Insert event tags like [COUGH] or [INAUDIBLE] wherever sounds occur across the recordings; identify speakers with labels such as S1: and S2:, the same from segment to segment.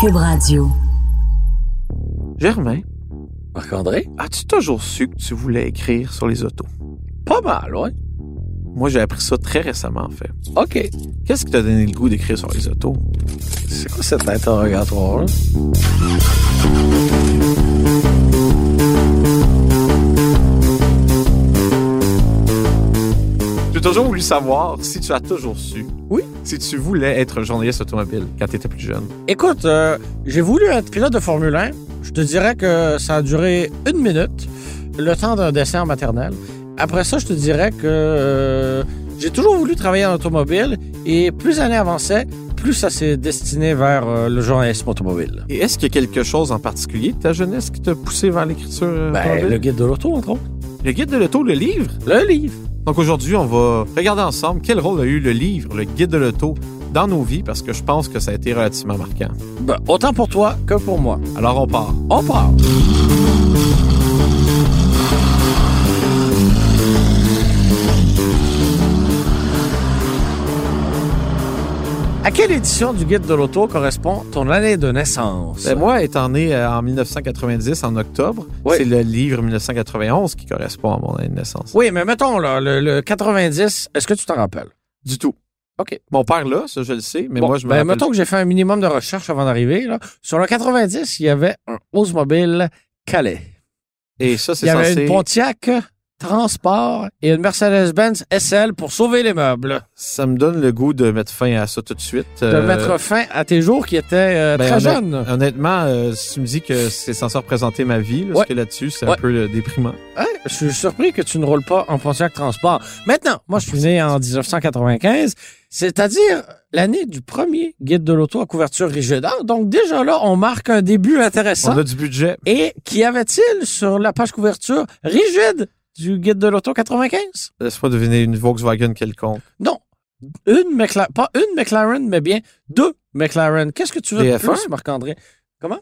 S1: Cube Radio.
S2: Germain,
S3: Marc-André?
S2: as-tu toujours su que tu voulais écrire sur les autos?
S3: Pas mal, ouais.
S2: Moi, j'ai appris ça très récemment, en fait.
S3: OK.
S2: Qu'est-ce qui t'a donné le goût d'écrire sur les autos?
S3: C'est quoi cet interrogatoire-là?
S2: J'ai toujours voulu savoir si tu as toujours su.
S3: Oui.
S2: Si tu voulais être journaliste automobile quand tu étais plus jeune.
S3: Écoute, euh, j'ai voulu être pilote de Formule 1. Je te dirais que ça a duré une minute, le temps d'un dessert maternel. Après ça, je te dirais que euh, j'ai toujours voulu travailler en automobile et plus l'année avançait, plus ça s'est destiné vers euh, le journalisme automobile.
S2: Et est-ce qu'il y a quelque chose en particulier de ta jeunesse qui t'a poussé vers l'écriture euh,
S3: Ben,
S2: automobile?
S3: le guide de l'auto, entre autres.
S2: le guide de l'auto, le livre?
S3: Le livre.
S2: Donc aujourd'hui, on va regarder ensemble quel rôle a eu le livre, le guide de l'auto, dans nos vies, parce que je pense que ça a été relativement marquant.
S3: Ben, autant pour toi que pour moi.
S2: Alors on part.
S3: On part. À quelle édition du guide de l'auto correspond ton année de naissance?
S2: Ben, moi, étant né euh, en 1990, en octobre,
S3: Oui.
S2: c'est le livre 1991 qui correspond à mon année de naissance.
S3: Oui, mais mettons, là, le, le 90, est-ce que tu t'en rappelles?
S2: Du tout.
S3: OK.
S2: Mon père là, ça je le sais, mais
S3: Bon,
S2: moi je me
S3: ben,
S2: rappelle-
S3: mettons que j'ai fait un minimum de recherche avant d'arriver. là. Sur le 90, il y avait un Oldsmobile Calais.
S2: Et ça, c'est
S3: Il y avait
S2: censé...
S3: une Pontiac Transport et une Mercedes-Benz SL pour sauver les meubles.
S2: Ça me donne le goût de mettre fin à ça tout de suite.
S3: de
S2: Euh,
S3: mettre fin à tes jours qui étaient euh,
S2: ben,
S3: très
S2: honnête-
S3: jeunes.
S2: Honnêtement, euh, si tu me dis que c'est censé représenter ma vie, là,
S3: Ouais.
S2: ce que là-dessus, c'est un
S3: Ouais.
S2: peu euh, déprimant.
S3: Hein? Je suis surpris que tu ne roules pas en Pontiac Transport. Maintenant, moi, je suis né en 1995, c'est-à-dire l'année du premier guide de l'auto à couverture rigide. Ah, Donc, déjà là, on marque un début intéressant.
S2: On a du budget.
S3: Et qu'y avait-il sur la page couverture rigide du guide de l'auto 95?
S2: Laisse-moi deviner une Volkswagen quelconque.
S3: Non. Une McLaren, pas une McLaren, mais bien deux McLaren. Qu'est-ce que tu veux
S2: Des
S3: de
S2: F1?
S3: plus, Marc-André?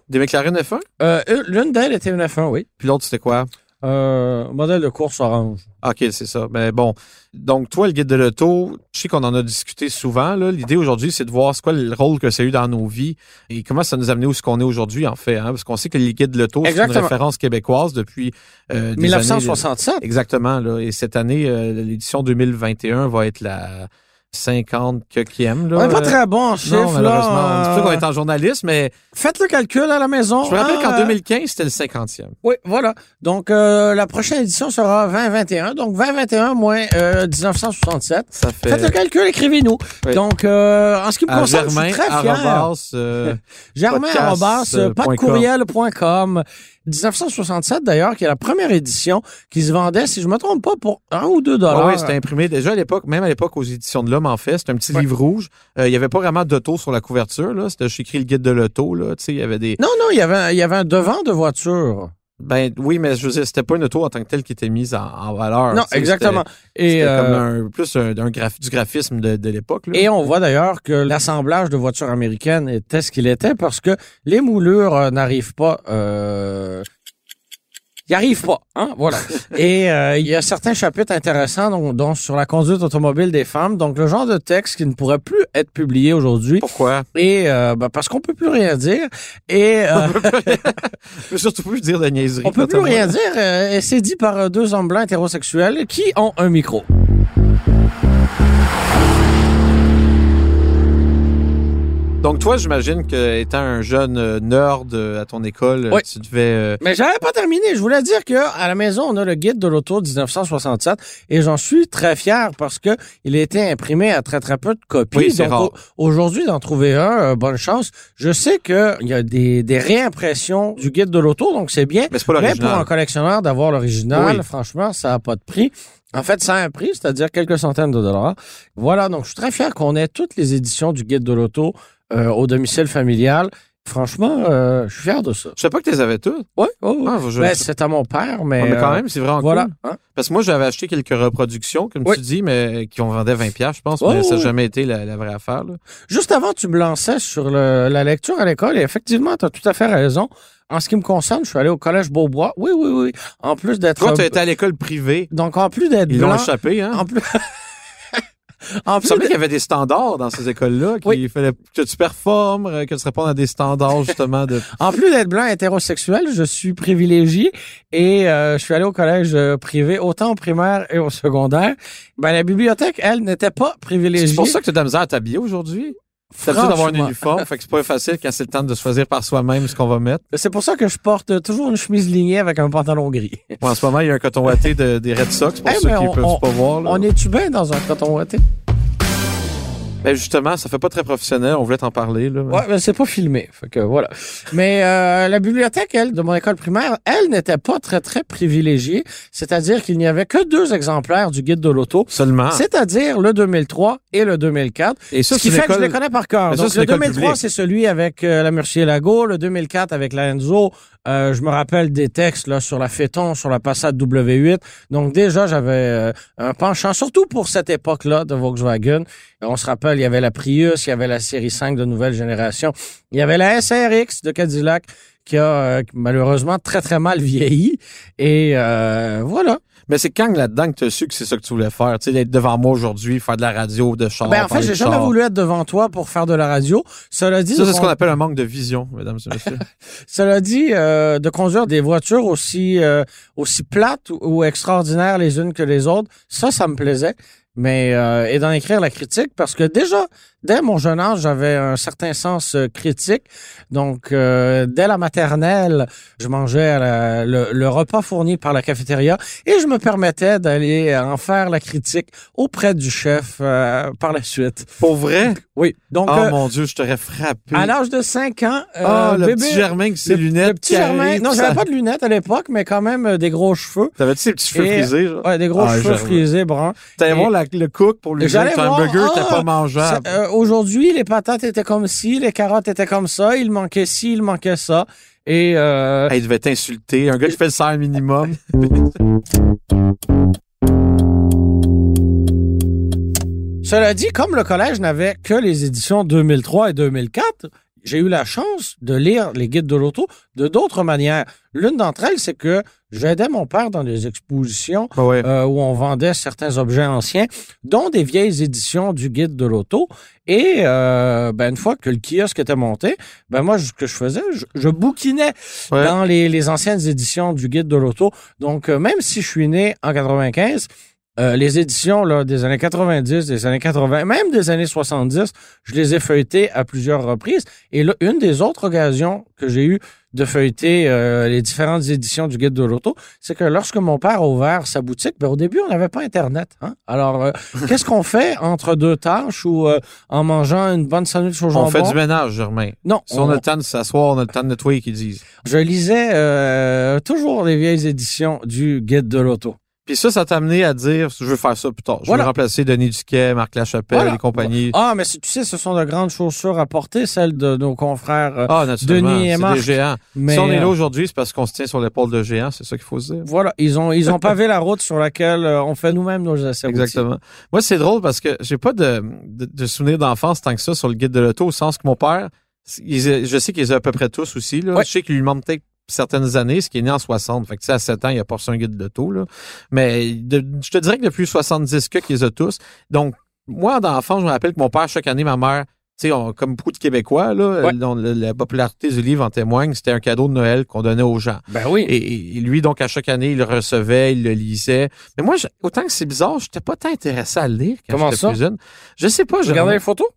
S2: Des McLaren F1?
S3: Euh, une- L'une d'elles était une F1, oui.
S2: Puis l'autre, c'était quoi?
S3: Euh, modèle de course orange.
S2: OK, c'est ça. Mais bon, donc toi, le guide de l'auto, je sais qu'on en a discuté souvent. là. L'idée aujourd'hui, c'est de voir c'est quoi le rôle que ça a eu dans nos vies et comment ça nous a amené où ce qu'on est aujourd'hui, en fait. hein. Parce qu'on sait que le guide de l'auto, c'est une
S3: Exactement.
S2: référence québécoise depuis euh, des années.
S3: 1967.
S2: Exactement. Là. Et cette année, euh, l'édition 2021 va être la 50 queuième. Là.
S3: On n'est pas très bon en chiffres.
S2: Euh, non, malheureusement.
S3: là.
S2: C'est pour ça qu'on est en journaliste, mais
S3: Faites le calcul à la maison.
S2: je me rappelle
S3: hein,
S2: qu'en
S3: euh,
S2: 2015, c'était le 50e.
S3: Oui, voilà. Donc, euh, la prochaine édition sera 2021. Donc, 2021 moins euh, 1967.
S2: Ça fait...
S3: Faites le calcul, écrivez-nous.
S2: Euh, Oui.
S3: Donc, euh, en ce qui me
S2: à
S3: concerne, je
S2: Germain,
S3: suis très fier.
S2: arrobas, euh,
S3: Germain
S2: podcast,
S3: arrobas,
S2: euh,
S3: pas de
S2: point com.
S3: courriel.com. 1967, d'ailleurs, qui est la première édition qui se vendait, si je me trompe pas, pour un ou deux dollars.
S2: Oui, c'était imprimé déjà à l'époque, même à l'époque aux éditions de l'Homme en fait. C'était un petit
S3: Ouais.
S2: livre rouge. Euh, il n'y avait pas vraiment d'auto sur la couverture. là. C'était j'ai écrit le guide de l'auto. là. Tu sais, Il y avait des.
S3: Non, non, il y, avait, un- il y avait un devant de voiture.
S2: Ben oui, mais je veux dire, c'était pas une auto en tant que telle qui était mise en, en valeur.
S3: non,
S2: tu sais,
S3: exactement.
S2: Ah, C'était,
S3: Et
S2: c'était
S3: euh,
S2: comme un, plus un, un graph- du graphisme de, de l'époque. là.
S3: Et on voit d'ailleurs que l'assemblage de voitures américaines était ce qu'il était parce que les moulures euh, n'arrivent pas. Euh... Ils arrivent pas, hein, voilà. Et euh, il y a certains chapitres intéressants, donc, dont sur la conduite automobile des femmes, donc le genre de texte qui ne pourrait plus être publié aujourd'hui, [LAUGHS]
S2: Pourquoi?
S3: et euh, ben, parce qu'on peut plus rien dire, et euh,
S2: Je veux surtout plus dire de niaiseries.
S3: on peut plus
S2: notamment.
S3: rien dire, euh, et c'est dit par euh, deux hommes blancs hétérosexuels qui ont un micro.
S2: Donc, toi, j'imagine que étant un jeune euh, nerd euh, à ton école, euh,
S3: Oui.
S2: tu devais. euh,
S3: Mais j'avais pas terminé. Je voulais dire que à la maison, on a le guide de l'auto 1967 et j'en suis très fier parce que il a été imprimé à très très peu de copies.
S2: Oui, c'est
S3: Donc,
S2: rare.
S3: au- Aujourd'hui, d'en trouver un, euh, bonne chance. Je sais que il y a des, des réimpressions du guide de l'auto, donc c'est bien.
S2: mais c'est pas
S3: Mais pour
S2: l'original.
S3: un collectionneur, d'avoir l'original,
S2: Oui.
S3: franchement, ça n'a pas de prix. En fait, ça a un prix, c'est-à-dire quelques centaines de dollars. Voilà, donc je suis très fier qu'on ait toutes les éditions du guide de l'auto euh, au domicile familial. Franchement, euh, je suis fier de ça.
S2: Je sais pas que tu les avais toutes.
S3: Ouais, ouais, ouais.
S2: Ah, je-
S3: Ben, c'est à mon père, mais.
S2: Ah, mais quand
S3: euh,
S2: même, c'est vraiment cool.
S3: voilà. hein.
S2: Parce que moi, j'avais acheté quelques reproductions, comme
S3: Oui.
S2: tu dis, mais qui on vendait 20 piastres, je pense,
S3: Oh,
S2: mais ça n'a
S3: oui.
S2: jamais été la, la vraie affaire. là.
S3: Juste avant, tu me lançais sur le- la lecture à l'école, et effectivement, tu as tout à fait raison. En ce qui me concerne, je suis allé au collège Beaubois. Oui, oui, oui. En plus d'être.
S2: Toi, tu
S3: euh,
S2: étais à l'école privée.
S3: Donc, en plus [LAUGHS] d'être
S2: Ils l'ont
S3: blanc.
S2: échappé, hein?
S3: En plus. En
S2: Il
S3: plus,
S2: semblait qu'il y avait des standards dans ces écoles-là, qu'il
S3: Oui.
S2: fallait que tu performes, euh, que tu répondes à des standards justement de
S3: En plus d'être blanc hétérosexuel, je suis privilégié et euh, je suis allé au collège euh, privé, autant au primaire et au secondaire. Ben, la bibliothèque, elle, n'était pas privilégiée.
S2: C'est pour ça que tu as de la misère à t'habiller aujourd'hui. T'as besoin d'avoir un
S3: Franchement.
S2: uniforme, fait que c'est pas facile quand c'est le temps de choisir par soi-même ce qu'on va mettre.
S3: C'est pour ça que je porte toujours une chemise lignée avec un pantalon gris.
S2: Bon, en ce moment, il y a un coton watté de- des Red Sox pour
S3: Eh,
S2: ceux
S3: mais
S2: qui
S3: on-
S2: peuvent
S3: on-
S2: pas voir. Là.
S3: On est-tu bien dans un coton ouaté?
S2: Ben, justement, ça fait pas très professionnel, on voulait t'en parler. Là.
S3: Ouais, mais c'est pas filmé. Fait que voilà. Mais euh, la bibliothèque, elle, de mon école primaire, elle n'était pas très, très privilégiée. C'est-à-dire qu'il n'y avait que deux exemplaires du guide de l'auto.
S2: Seulement.
S3: C'est-à-dire le 2003 et le 2004.
S2: Et ça,
S3: Ce qui
S2: c'est une
S3: fait que je les
S2: école...
S3: connais par cœur.
S2: Mais ça,
S3: Donc,
S2: c'est
S3: le
S2: l'école
S3: 2003,
S2: publique.
S3: c'est celui avec euh, la Murcier-Lago. Le 2004, avec la Enzo. Euh, je me rappelle des textes là, sur la Féton, sur la Passat W8. Donc, déjà, j'avais euh, un penchant, surtout pour cette époque-là de Volkswagen. Euh, On se rappelle, il y avait la Prius, il y avait la série 5 de nouvelle génération. Il y avait la SRX de Cadillac qui a euh, malheureusement très, très mal vieilli. Et euh, voilà.
S2: Mais c'est quand là-dedans que tu as su que c'est ça que tu voulais faire. Tu sais, être devant moi aujourd'hui, faire de la radio, de char.
S3: ben, en fait,
S2: parler de
S3: j'ai jamais
S2: char.
S3: voulu être devant toi pour faire de la radio. Cela dit,
S2: Ça, c'est
S3: on-
S2: ce qu'on appelle un manque de vision, mesdames et
S3: [LAUGHS]
S2: messieurs.
S3: Cela dit, euh, de conduire des voitures aussi euh, aussi plates ou, ou extraordinaires les unes que les autres, ça, ça me plaisait. Mais euh, et d'en écrire la critique parce que déjà dès mon jeune âge j'avais un certain sens euh, critique donc euh, dès la maternelle je mangeais à la- le, le repas fourni par la cafétéria et je me permettais d'aller en faire la critique auprès du chef euh, par la suite
S2: Pour vrai?
S3: oui donc
S2: Oh
S3: euh,
S2: mon Dieu, je t'aurais frappé.
S3: à l'âge de 5 ans
S2: Ah,
S3: euh,
S2: le
S3: bébé
S2: petit Germain qui ses
S3: le-
S2: lunettes.
S3: le petit
S2: carrées,
S3: Germain.
S2: puis
S3: Non,
S2: ça-
S3: j'avais pas de lunettes à l'époque, mais quand même euh, des gros cheveux.
S2: [LAUGHS] T'avais-tu ces petits cheveux
S3: Et-
S2: frisés? genre?
S3: Ouais, des gros
S2: Ah,
S3: cheveux
S2: j'avoue.
S3: frisés bruns.
S2: T'allais
S3: et-
S2: voir la- le cook pour lui dire
S3: J'allais
S2: que ton
S3: voir,
S2: hamburger t'as
S3: ah,
S2: pas
S3: Ça,
S2: mangeable.
S3: euh, Aujourd'hui, les patates étaient comme ci, les carottes étaient comme ça, il manquait ci, il manquait ça. Et euh,
S2: Hey, il devait t'insulter. Un gars qui fait le salaire
S3: [LAUGHS]
S2: minimum.
S3: cela dit, comme le collège n'avait que les éditions 2003 et 2004, j'ai eu la chance de lire les guides de l'auto de d'autres manières. L'une d'entre elles, c'est que j'aidais mon père dans les expositions
S2: Ben ouais.
S3: euh, où on vendait certains objets anciens, dont des vieilles éditions du guide de l'auto. Et euh, ben, une fois que le kiosque était monté, ben moi, ce que je faisais, je, je bouquinais
S2: Ouais.
S3: dans les, les anciennes éditions du guide de l'auto. Donc, euh, même si je suis né en 95, euh, les éditions là, des années 90, des années 80, même des années 70, je les ai feuilletées à plusieurs reprises. Et là, une des autres occasions que j'ai eues de feuilleter euh, les différentes éditions du guide de l'auto, c'est que lorsque mon père a ouvert sa boutique, ben, au début, on n'avait pas Internet. hein.
S2: [LAUGHS]
S3: Alors, euh, qu'est-ce qu'on fait entre deux tâches ou euh, en mangeant une bonne sandwich au jambon?
S2: On fait du ménage, Germain.
S3: Non,
S2: Si on a le temps de s'asseoir, on a le temps de nettoyer, qu'ils disent.
S3: je lisais euh, toujours les vieilles éditions du Guide de l'auto.
S2: Puis ça, ça t'a amené à dire, je veux faire ça plus tard. Je
S3: Voilà.
S2: veux remplacer Denis Duquet, Marc Lachapelle
S3: Voilà.
S2: et compagnie.
S3: Ah, mais c'est- tu sais, ce sont de grandes chaussures à porter, celles de nos confrères. euh,
S2: Ah, naturellement,
S3: Denis et
S2: c'est
S3: Marc.
S2: des géants.
S3: mais,
S2: si on est
S3: euh,
S2: là aujourd'hui, c'est parce qu'on se tient sur l'épaule de géants, c'est ça qu'il faut se dire.
S3: Voilà, ils
S2: [LAUGHS]
S3: ont, ils ont pavé la route sur laquelle euh, on fait nous-mêmes nos essais.
S2: Exactement. Moi, c'est drôle parce que j'ai pas de, de, de souvenirs d'enfance tant que ça sur le guide de l'auto, au sens que mon père, il- je sais qu'ils ont à peu près tous aussi. Là.
S3: Ouais.
S2: Je sais qu'il lui manque peut-être certaines années, ce qui est né en 60. Fait que, tu sais, à 7 ans, il a pas reçu un guide de l'auto. Là. Mais de- je te dirais que depuis 70 que qu'ils ont tous. Donc, moi, d'enfant, je me rappelle que mon père, chaque année, ma mère, tu sais, on- comme beaucoup de Québécois, là, euh,
S3: Ouais.
S2: dont le- la popularité du livre en témoigne, c'était un cadeau de Noël qu'on donnait aux gens.
S3: Ben oui.
S2: Et, et lui, donc, à chaque année, il le recevait, il le lisait. Mais moi, je- autant que c'est bizarre, j'étais pas tant intéressé à le lire quand
S3: Comment
S2: j'étais
S3: ça?
S2: plus jeune. Je sais pas, je-
S3: Regardez les photos.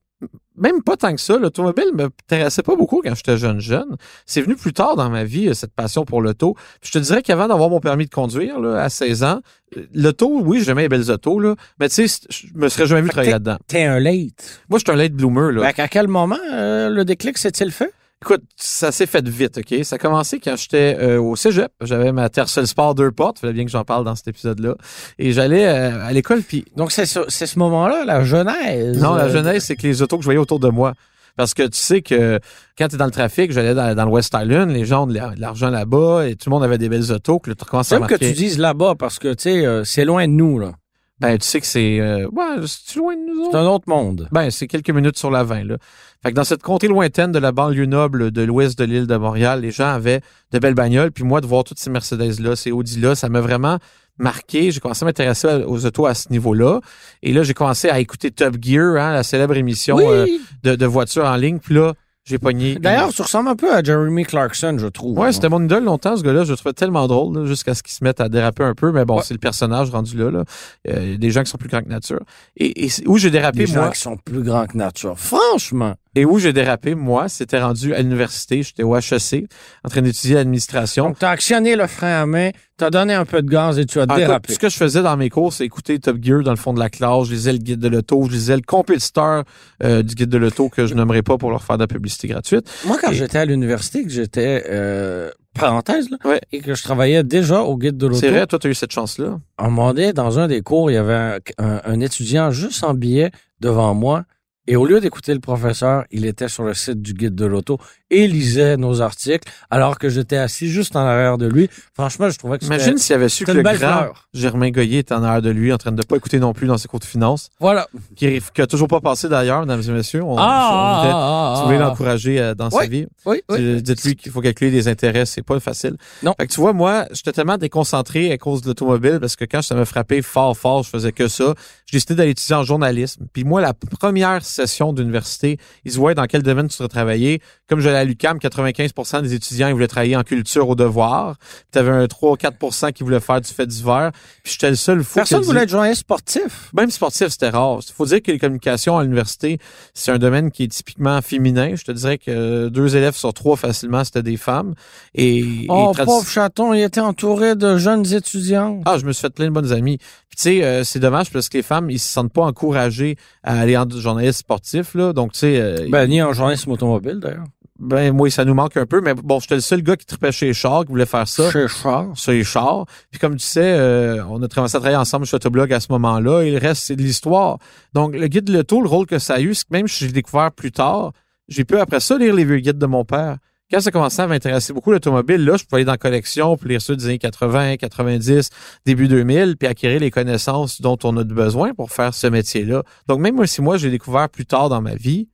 S2: même pas tant que ça. L'automobile m'intéressait pas beaucoup quand j'étais jeune jeune. C'est venu plus tard dans ma vie, euh, cette passion pour l'auto. Puis Je te dirais qu'avant d'avoir mon permis de conduire, là, à 16 ans, euh, l'auto, oui, j'aimais les belles autos, là, mais tu sais, c'est- je me serais jamais vu
S3: Fait que
S2: travailler là-dedans.
S3: T'es un late.
S2: Moi, j'étais un late bloomer, là.
S3: Ben, à quel moment euh, le déclic s'est-il fait?
S2: Écoute, ça s'est fait vite, OK? Ça a commencé quand j'étais euh, au cégep. J'avais ma Tercel Sport deux portes. Fallait bien que j'en parle dans cet épisode-là. Et j'allais euh, à l'école, puis
S3: Donc, c'est ce, c'est ce moment-là, la genèse.
S2: non, la
S3: euh,
S2: jeunesse, c'est que les autos que je voyais autour de moi. Parce que tu sais que quand tu es dans le trafic, j'allais dans, dans le West Island, les gens ont de l'a- de l'argent là-bas et tout le monde avait des belles autos. Que là, tu commences à
S3: J'aime que tu
S2: marquer.
S3: dises là-bas parce que, tu sais, euh, c'est loin de nous, là.
S2: Ben, tu sais que c'est... euh, ouais, c'est loin de nous autres.
S3: C'est un autre monde.
S2: Ben, c'est quelques minutes sur la 20, là. Fait que dans cette contrée lointaine de la banlieue noble de l'ouest de l'île de Montréal, les gens avaient de belles bagnoles. Puis moi, de voir toutes ces Mercedes-là, ces Audi-là, ça m'a vraiment marqué. J'ai commencé à m'intéresser aux autos à ce niveau-là. Et là, j'ai commencé à écouter Top Gear, hein, la célèbre émission
S3: Oui.
S2: euh, de, de voitures en ligne. Puis là, j'ai pogné.
S3: D'ailleurs, tu ressembles un peu à Jeremy Clarkson, je trouve.
S2: euh,
S3: hein.
S2: Ouais, c'était mon idole longtemps, ce gars-là. Je le trouvais tellement drôle, là, jusqu'à ce qu'il se mette à déraper un peu. Mais bon,
S3: Ouais.
S2: c'est le personnage rendu là. là. Euh, Il y a des gens qui sont plus grands que nature. Et, et c'est- où j'ai dérapé,
S3: Des gens
S2: moi,
S3: qui sont plus grands que nature. Franchement.
S2: et où j'ai dérapé, moi, c'était rendu à l'université. J'étais au HEC, en train d'étudier l'administration.
S3: Donc, t'as actionné le frein à main, t'as donné un peu de gaz et tu as
S2: Ah, écoute,
S3: dérapé.
S2: ce que je faisais dans mes cours, c'est écouter Top Gear dans le fond de la classe. Je lisais le guide de l'auto. Je lisais le compétiteur euh, du guide de l'auto que je nommerai pas pour leur faire de la publicité gratuite.
S3: Moi, quand
S2: Et-
S3: j'étais à l'université, que j'étais, euh, parenthèse, là,
S2: Ouais.
S3: et que je travaillais déjà au guide de l'auto,
S2: C'est vrai, toi, tu as eu cette chance-là.
S3: à un moment donné, dans un des cours, il y avait un, un- un étudiant juste en billet devant moi. Et au lieu d'écouter le professeur, il était sur le site du guide de l'auto et lisait nos articles, alors que j'étais assis juste en arrière de lui. Franchement, je trouvais que c'était
S2: Imagine s'il avait su
S3: c'était
S2: que le
S3: une
S2: grand
S3: belle fleur.
S2: Germain Goyer était en arrière de lui, en train de pas écouter non plus dans ses cours de finance,
S3: Voilà.
S2: qui n'a toujours pas passé d'ailleurs, mesdames et messieurs. On, on voulait-
S3: ah,
S2: si vous voulez l'encourager euh, dans sa
S3: Oui,
S2: vie,
S3: Oui, oui.
S2: tu- dites-lui qu'il faut calculer les intérêts, c'est pas facile.
S3: Non.
S2: Fait que tu vois, moi, j'étais tellement déconcentré à cause de l'automobile parce que quand ça me frappait fort, fort, je faisais que ça. J'ai décidé d'aller étudier en journalisme. Puis moi, la première session d'université, ils se voyaient dans quel domaine tu voudrais travailler. Comme j'allais à l'UCAM, 95 des étudiants, ils voulaient travailler en culture au devoir. Puis t'avais un 3-4 qui voulaient faire du fait divers. Puis j'étais le seul fou
S3: Personne
S2: qui
S3: ne
S2: a
S3: voulait
S2: dit-
S3: être journaliste sportif.
S2: même sportif, c'était rare. Il faut dire que les communications à l'université, c'est un domaine qui est typiquement féminin. Je te dirais que euh, deux élèves sur trois facilement, c'était des femmes. Et, et
S3: Oh,
S2: tradi-
S3: pauvre chaton, il était entouré de jeunes étudiants.
S2: ah, je me suis fait plein de bonnes amies. Puis tu sais, euh, c'est dommage parce que les femmes, ils se sentent pas encouragées à aller en journaliste sportif. Là. Donc, tu sais, euh,
S3: Ben, ni en journalisme automobile, d'ailleurs.
S2: ben, moi, ça nous manque un peu. Mais bon, j'étais le seul gars qui tripait chez les chars, qui voulait faire ça.
S3: Chez Charles.
S2: sur les chars. Puis comme tu sais, euh, on a commencé à travailler ensemble sur Autoblog à ce moment-là. Et le reste, c'est de l'histoire. Donc, le guide de l'auto, le rôle que ça a eu, c'est que même si je l'ai découvert plus tard, j'ai pu après ça lire les vieux guides de mon père. Quand ça commençait à m'intéresser beaucoup l'automobile, là, je pouvais aller dans la collection, puis lire ceux des années 80, 90, début 2000, puis acquérir les connaissances dont on a besoin pour faire ce métier-là. Donc, même si moi, j'ai découvert plus tard dans ma vie,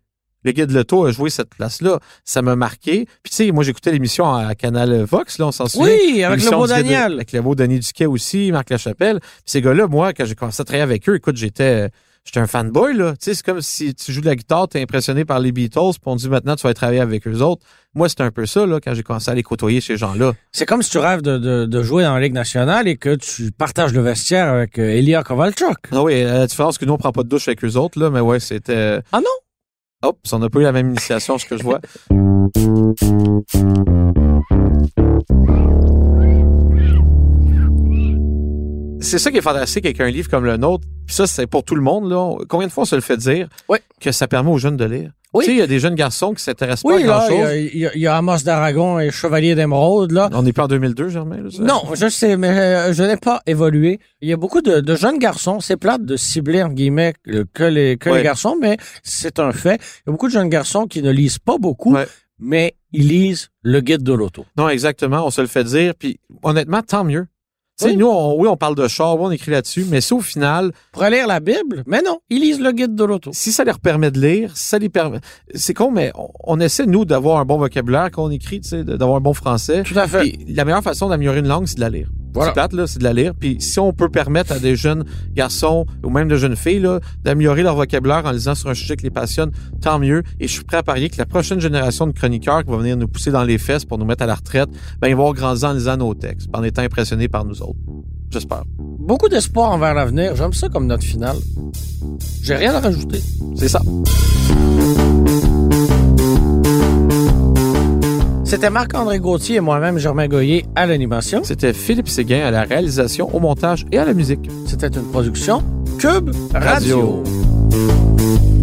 S2: le guide de l'auto a joué cette place-là. Ça m'a marqué. Puis, tu sais, moi, j'écoutais l'émission à Canal Vox, là, on s'en souvient.
S3: Oui, avec le
S2: Émission
S3: beau
S2: du Québec-
S3: Daniel.
S2: Avec le beau Denis Duquet aussi, Marc Lachapelle. Puis ces gars-là, moi, quand j'ai commencé à travailler avec eux, écoute, j'étais. J'étais un fanboy, là. Tu sais, c'est comme si tu joues de la guitare, t'es impressionné par les Beatles, puis on dit maintenant, tu vas aller travailler avec eux autres. Moi, c'était un peu ça, là, quand j'ai commencé à les côtoyer, ces gens-là.
S3: C'est comme si tu rêves de, de, de jouer dans la Ligue nationale et que tu partages le vestiaire avec euh, Elia Kovalchuk.
S2: Ah oui, la différence, c'est que nous, on prend pas de douche avec eux autres, là, mais ouais, c'était...
S3: Ah non?
S2: Hop, on n'a pas eu la même initiation, ce que je vois. C'est ça qui est fantastique avec un livre comme le nôtre. Puis ça, c'est pour tout le monde. Là. Combien de fois on se le fait dire
S3: Oui.
S2: que ça permet aux jeunes de lire?
S3: Oui.
S2: Tu sais, il y a des jeunes garçons qui s'intéressent pas
S3: Oui,
S2: à
S3: là, il y
S2: grand-chose.
S3: a- il y, a- il y a Amos d'Aragon et Chevalier d'Émeraude, là.
S2: On n'est pas en 2002, Germain? là, ça?
S3: Non, je sais, mais euh, je n'ai pas évolué. Il y a beaucoup de, de jeunes garçons. C'est plate de cibler, en guillemets, le- que les, que
S2: Ouais.
S3: les garçons, mais c'est un fait. Il y a beaucoup de jeunes garçons qui ne lisent pas beaucoup,
S2: Ouais.
S3: mais ils lisent le guide de l'auto.
S2: Non, exactement. On se le fait dire. Puis honnêtement, tant mieux. Tu sais,
S3: Oui.
S2: nous, on, oui, on parle de char, oui, on écrit là-dessus, mais si au final,
S3: Pour lire la Bible, mais non, ils lisent le guide de l'auto.
S2: si ça leur permet de lire, ça les permet. C'est con, mais on, on essaie, nous, d'avoir un bon vocabulaire qu'on écrit, tu sais, de- d'avoir un bon français.
S3: Tout à fait.
S2: Puis la meilleure façon d'améliorer une langue, c'est de la lire.
S3: Voilà.
S2: C'est plate, là, c'est de la lire. Puis si on peut permettre à des jeunes garçons ou même de jeunes filles là, d'améliorer leur vocabulaire en lisant sur un sujet qui les passionne, tant mieux. Et je suis prêt à parier que la prochaine génération de chroniqueurs qui va venir nous pousser dans les fesses pour nous mettre à la retraite, ben, ils vont grandir en lisant nos textes, en étant impressionnés par nous autres. J'espère.
S3: Beaucoup d'espoir envers l'avenir. J'aime ça comme notre finale. J'ai rien à rajouter.
S2: C'est ça.
S3: C'était Marc-André Gauthier et moi-même, Germain Goyer, à l'animation.
S2: C'était Philippe Séguin à la réalisation, au montage et à la musique.
S3: C'était une production Cube Radio.
S2: Radio.